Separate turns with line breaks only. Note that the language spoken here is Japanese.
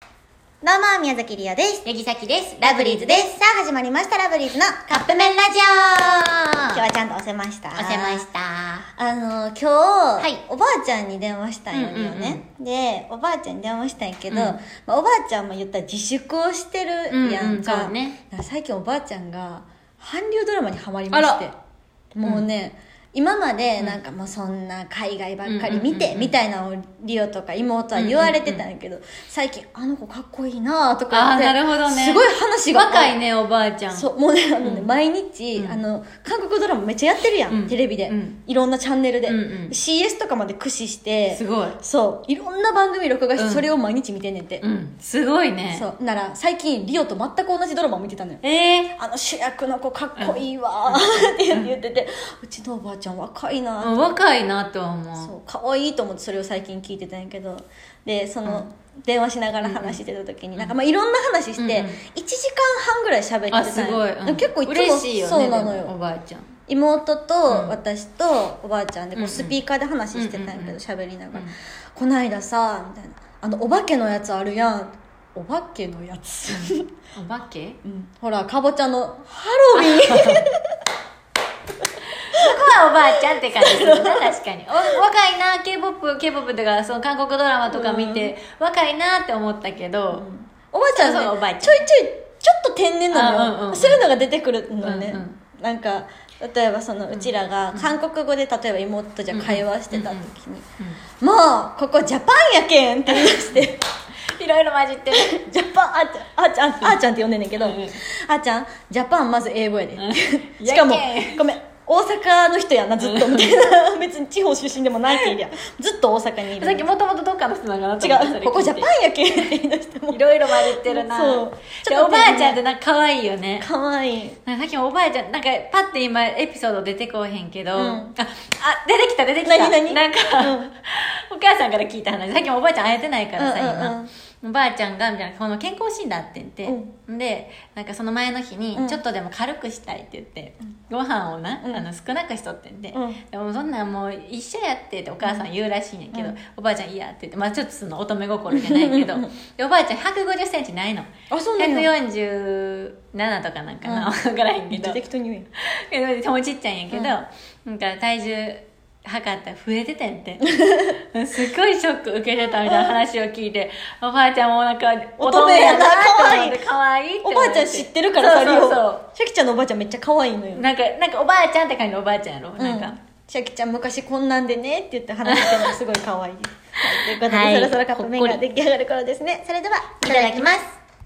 どうも、宮崎りおです。
ヤギサキです。
ラブリーズです。さあ、始まりました、ラブリーズの。
カップ麺ラジ
今日
オ
はちゃんと押せました。
押せまし。た。
あの、今日、
い
おばあちゃんに電話したんよ、
うんうんうん
ね。で、おばあちゃんに電話したんやけど、
うん
まあおばあちゃんも言ったら自粛をしてるやんか。
うんうんそうね
だから最近おばあちゃんが、韓流ドラマにハマりまして
あ。
もうね、今までなんかもうそんな海外ばっかり見
うんうんうん
て
うん
みたいなのをリオとか妹は言われてたんやけど、最近あの子かっこいいなとか言って
あーなるほどね
すごい話が
若いね、おばあちゃん。
そうもうねあのね毎日、
うん
あの韓国ドラマめっちゃやってるやん、
うん
テレビで、
うん
いろんなチャンネルで、
うんうん
CS とかまで駆使して
すごい。
そういろんな番組録画して、
うん
それを毎日見てんねんて、
うん。すごいね。
そうなら最近リオと全く同じドラマを見てたのよ
ええ
あの主役の子かっこいいわーって言ってて、うちのおばあちゃん若いなーって
ー。若いなとは思う。
そう可愛いと思ってそれを最近聞いてたんやけどでその、電話しながら話してた時に、なんかまあいろんな話して、
うんうん
1時間半ぐらい喋ってたんや
あ、すごい。うん
結構いつも
嬉しいよね。
そうなの
でもお
よ
ばあちゃん。
妹
う
と
ん
私とおばあちゃんでこ
うん
うん
う
スピーカーで話してたんや
うんうん
け
うん
ど喋りながら
うん
「こないださ」みたいな「あのお化けのやつあるやん」お化けのやつ、
お化け
うん、ほらかぼちゃのハロウィン
そこはおばあちゃんって感じするな、 確かに。お若いな、K-POP、K-POP とか、その韓国ドラマとか見て、若いなって思ったけど、
おばあちゃんね
そうそうおばあちゃん
ちょいちょいちょっと天然な
あ
の
うん
よ、
うん
そういうのが出てくるのね、
うんうん
なんか例えばそのうちらが韓国語で例えば妹とじゃ会話してた時に「もうここジャパンやけん」って言い出して
いろいろ混じってる。
「ジャパンあーちゃんあーちゃんあーちゃん」って呼んでんねんけど「
うんうん
あーちゃんジャパンまず英語やで」
ん
しかも
やけ
ごめん大阪の人やなずっと」みたいな 別に地方出身でもないけんやずっと大阪にいる
さっきもともとどっかの人なのかなと思って
違う「ここジャパンやけん」って言い出してもう
いろいろ混じってるな
そう
でおばあちゃんってなんか可愛いよね
かわいい
なんかさっきもおばあちゃんなんかパッて今エピソード出てこうへんけど、
うん
ああ出てきた出てきた
何何
なんか、
うん
お母さんから聞いた話さっきもおばあちゃん会えてないからさ、
うんうんうん
今おばあちゃんがみたいなこの健康診断って言って、でなんかその前の日に
うん
ちょっとでも軽くしたいって言って、ご飯をな、
うん
あの少なくしとってんで、
うん
でもそんなんもう一緒やってってお母さん言うらしいんやけど、おばあちゃん嫌って言って、まあ、ちょっとその乙女心じゃないけどでおばあちゃん1 5 0センチないの
あそうなんや
147とかなんかな、
うん
分からへん
め
け
っち
ど
ゃ適当に言うやん
えでもでもちっちゃいんやけど、なんか体重測ったら増えててんってすっごいショック受けてたみたいな話を聞いておばあちゃんもなんか
乙女やな
可愛いいって
お
思
ば
っ
あ
て
ちゃん知ってるからさリ
そうそうそ
オシャキちゃんのおばあちゃんめっちゃ可愛いのよ
うなんかなんかおばあちゃんって感じのおばあちゃんやろ、なん
う
か
シャキちゃん昔こんなんでねって言って話してるのすごい可愛いはいということで、
はい
そろそろカップ麺が出来上がる頃ですねそれではいただきます